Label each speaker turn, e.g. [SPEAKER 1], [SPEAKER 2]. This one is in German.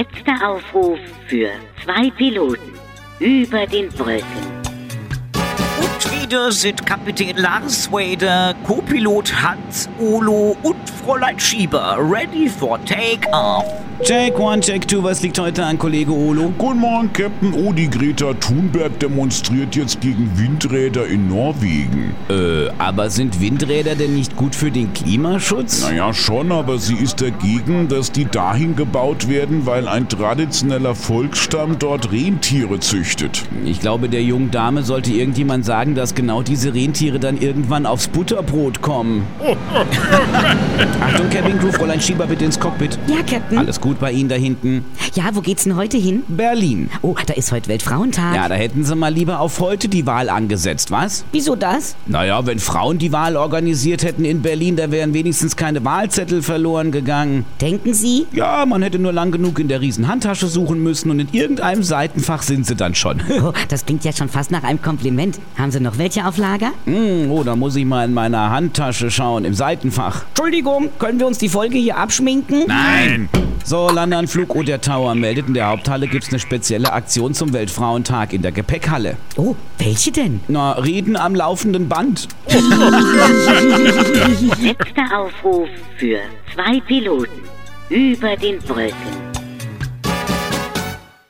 [SPEAKER 1] Spendenaufruf für zwei Piloten über den Wolken.
[SPEAKER 2] Und wieder sind Kapitän Lars Wader, Co-Pilot Hans Olo und Fräulein Schieber ready for take-off.
[SPEAKER 3] Check one, check two, was liegt heute an Kollege Olo?
[SPEAKER 4] Guten Morgen, Captain. Oh, die Greta Thunberg demonstriert jetzt gegen Windräder in Norwegen.
[SPEAKER 3] Äh, aber sind Windräder denn nicht gut für den Klimaschutz?
[SPEAKER 4] Naja, schon, aber sie ist dagegen, dass die dahin gebaut werden, weil ein traditioneller Volksstamm dort Rentiere züchtet.
[SPEAKER 3] Ich glaube, der jungen Dame sollte irgendjemand sagen, dass genau diese Rentiere dann irgendwann aufs Butterbrot kommen. Achtung, Cabin Crew, Fräulein Schieber, bitte ins Cockpit.
[SPEAKER 5] Ja, Captain.
[SPEAKER 3] Alles gut bei Ihnen da hinten?
[SPEAKER 5] Ja, wo geht's denn heute hin?
[SPEAKER 3] Berlin.
[SPEAKER 5] Oh, da ist heute Weltfrauentag.
[SPEAKER 3] Ja, da hätten Sie mal lieber auf heute die Wahl angesetzt, was?
[SPEAKER 5] Wieso das?
[SPEAKER 3] Naja, wenn Frauen die Wahl organisiert hätten in Berlin, da wären wenigstens keine Wahlzettel verloren gegangen.
[SPEAKER 5] Denken Sie?
[SPEAKER 3] Ja, man hätte nur lang genug in der Riesenhandtasche suchen müssen und in irgendeinem Seitenfach sind sie dann schon.
[SPEAKER 5] Oh, das klingt ja schon fast nach einem Kompliment. Haben Sie noch welche auf Lager?
[SPEAKER 3] Hm, oh, da muss ich mal in meiner Handtasche schauen, im Seitenfach.
[SPEAKER 5] Entschuldigung, können wir uns die Folge hier abschminken?
[SPEAKER 3] Nein! So, Landeanflug oder Tower meldet, in der Haupthalle gibt's eine spezielle Aktion zum Weltfrauentag in der Gepäckhalle.
[SPEAKER 5] Oh, welche denn?
[SPEAKER 3] Na, Reden am laufenden Band.
[SPEAKER 1] Letzter Aufruf für zwei Piloten über den Wolken.